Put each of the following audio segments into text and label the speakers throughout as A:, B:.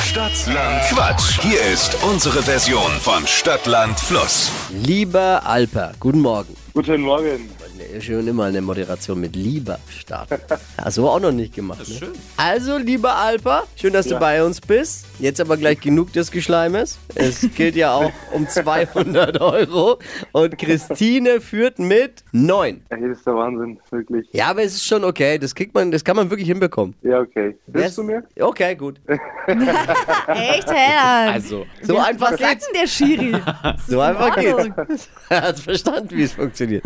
A: Stadtland Quatsch. Hier ist unsere Version von Stadtland Fluss.
B: Lieber Alper, guten Morgen.
C: Guten Morgen.
B: Nee, Schon immer eine Moderation mit lieber starten. Hast du auch noch nicht gemacht. Ne?
D: schön.
B: Also, lieber Alper, schön, dass du
C: Ja.
B: bei uns bist. Jetzt aber gleich genug des Geschleimes. Es gilt ja auch um 200 Euro. Und Christine führt mit 9.
C: Hier ist der Wahnsinn, wirklich.
B: Ja, aber es ist schon okay. Das, kriegt man, das kann man wirklich hinbekommen.
C: Ja, okay. Hörst du
B: Wer-
C: mir?
B: Okay, gut.
E: Echt, Herr?
D: Also,
B: So einfach
E: Was
B: geht's.
E: sagt denn der Schiri?
B: So einfach
E: Ordnung.
B: geht's. Er hat verstanden, wie es funktioniert.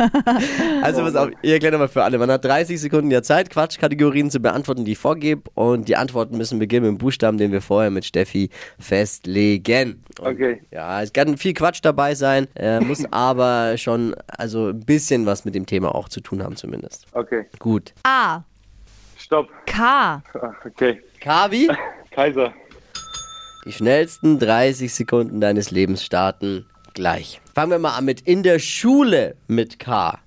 B: Also pass auf, ich erkläre nochmal für alle. Man hat 30 Sekunden der Zeit, Quatschkategorien zu beantworten, die ich vorgebe. Und die Antworten müssen beginnen mit dem Buchstaben, den wir vorher mit Steffi festlegen. Und
C: Okay.
B: Ja, es kann viel Quatsch dabei sein, äh, muss aber schon also ein bisschen was mit dem Thema auch zu tun haben zumindest.
C: Okay.
B: Gut.
E: A.
C: Stopp.
E: K.
C: Ah, Okay.
B: Kavi,
C: Kaiser.
B: die schnellsten 30 Sekunden deines Lebens starten gleich. Fangen wir mal an mit in der Schule mit K.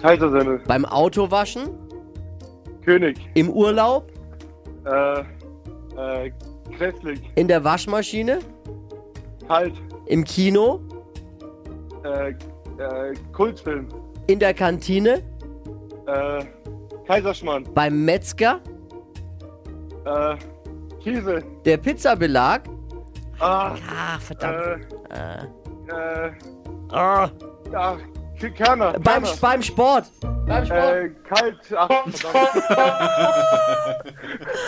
C: Kaisersemmel.
B: Beim Autowaschen?
C: König.
B: Im Urlaub?
C: Äh, äh, grässlich.
B: In der Waschmaschine?
C: Kalt.
B: Im Kino?
C: Äh, äh, Kultfilm.
B: In der Kantine?
C: Äh, Kaiserschmarrn.
B: Beim Metzger?
C: Äh, Käse.
B: Der Pizzabelag?
C: Ah,
B: Ah, verdammt.
C: äh, äh, ah, K- Kerner.
B: beim,
C: Kerner.
B: beim Sport. Beim Sport.
C: Äh, kalt. Ach, verdammt.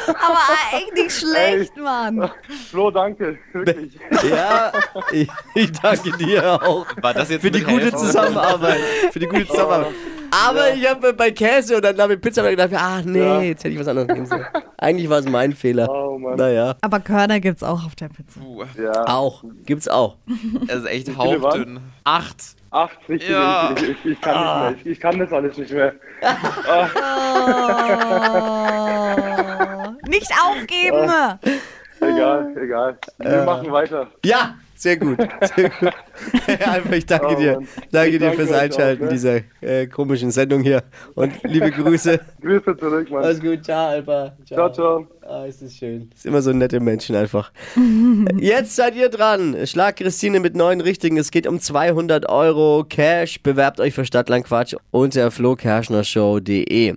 E: Aber ah, echt nicht schlecht, Mann.
C: Flo, danke. Wirklich.
B: Ja, ich, ich danke dir auch.
D: war Ah, das jetzt
B: Für die
D: mit
B: gute
D: Helfen?
B: Zusammenarbeit. Für die gute Zusammenarbeit. Aber ich habe bei Käse und dann habe ich Pizzabelag gedacht, ah nee,
C: Ja.
B: jetzt hätte ich was anderes nehmen sollen. Eigentlich war es mein Fehler.
C: Oh, Mann.
B: Naja,
E: Aber Körner gibt's auch auf der Pizza.
D: Puh,
C: Ja.
B: auch. Gibt's auch.
D: Das ist echt
C: viele waren?
D: hauchdünn. Acht.
C: Acht, richtig.
D: Ja.
C: richtig. Ich, ich kann nicht mehr. Ich, ich kann das alles nicht mehr.
E: Oh. Nicht aufgeben.
B: Oh.
C: Egal, egal. Wir machen weiter.
B: Ja, sehr gut. Sehr gut. Einfach, ich danke
C: Oh,
B: dir.
C: Mann.
B: Danke
C: Ich
B: dir
C: danke
B: fürs
C: euch
B: Einschalten
C: auch, ne?
B: dieser äh, komischen Sendung hier. Und liebe Grüße.
C: Grüße zurück, Mann.
B: Alles gut, ciao, Alba.
C: ciao, ciao.
B: Ah, ist das schön. Ist immer so nette Menschen einfach. Jetzt seid ihr dran. Schlag Christine mit neun Richtigen. Es geht um 200 Euro Cash. Bewerbt euch für Stadtlandquatsch unter flokerschnershow.de.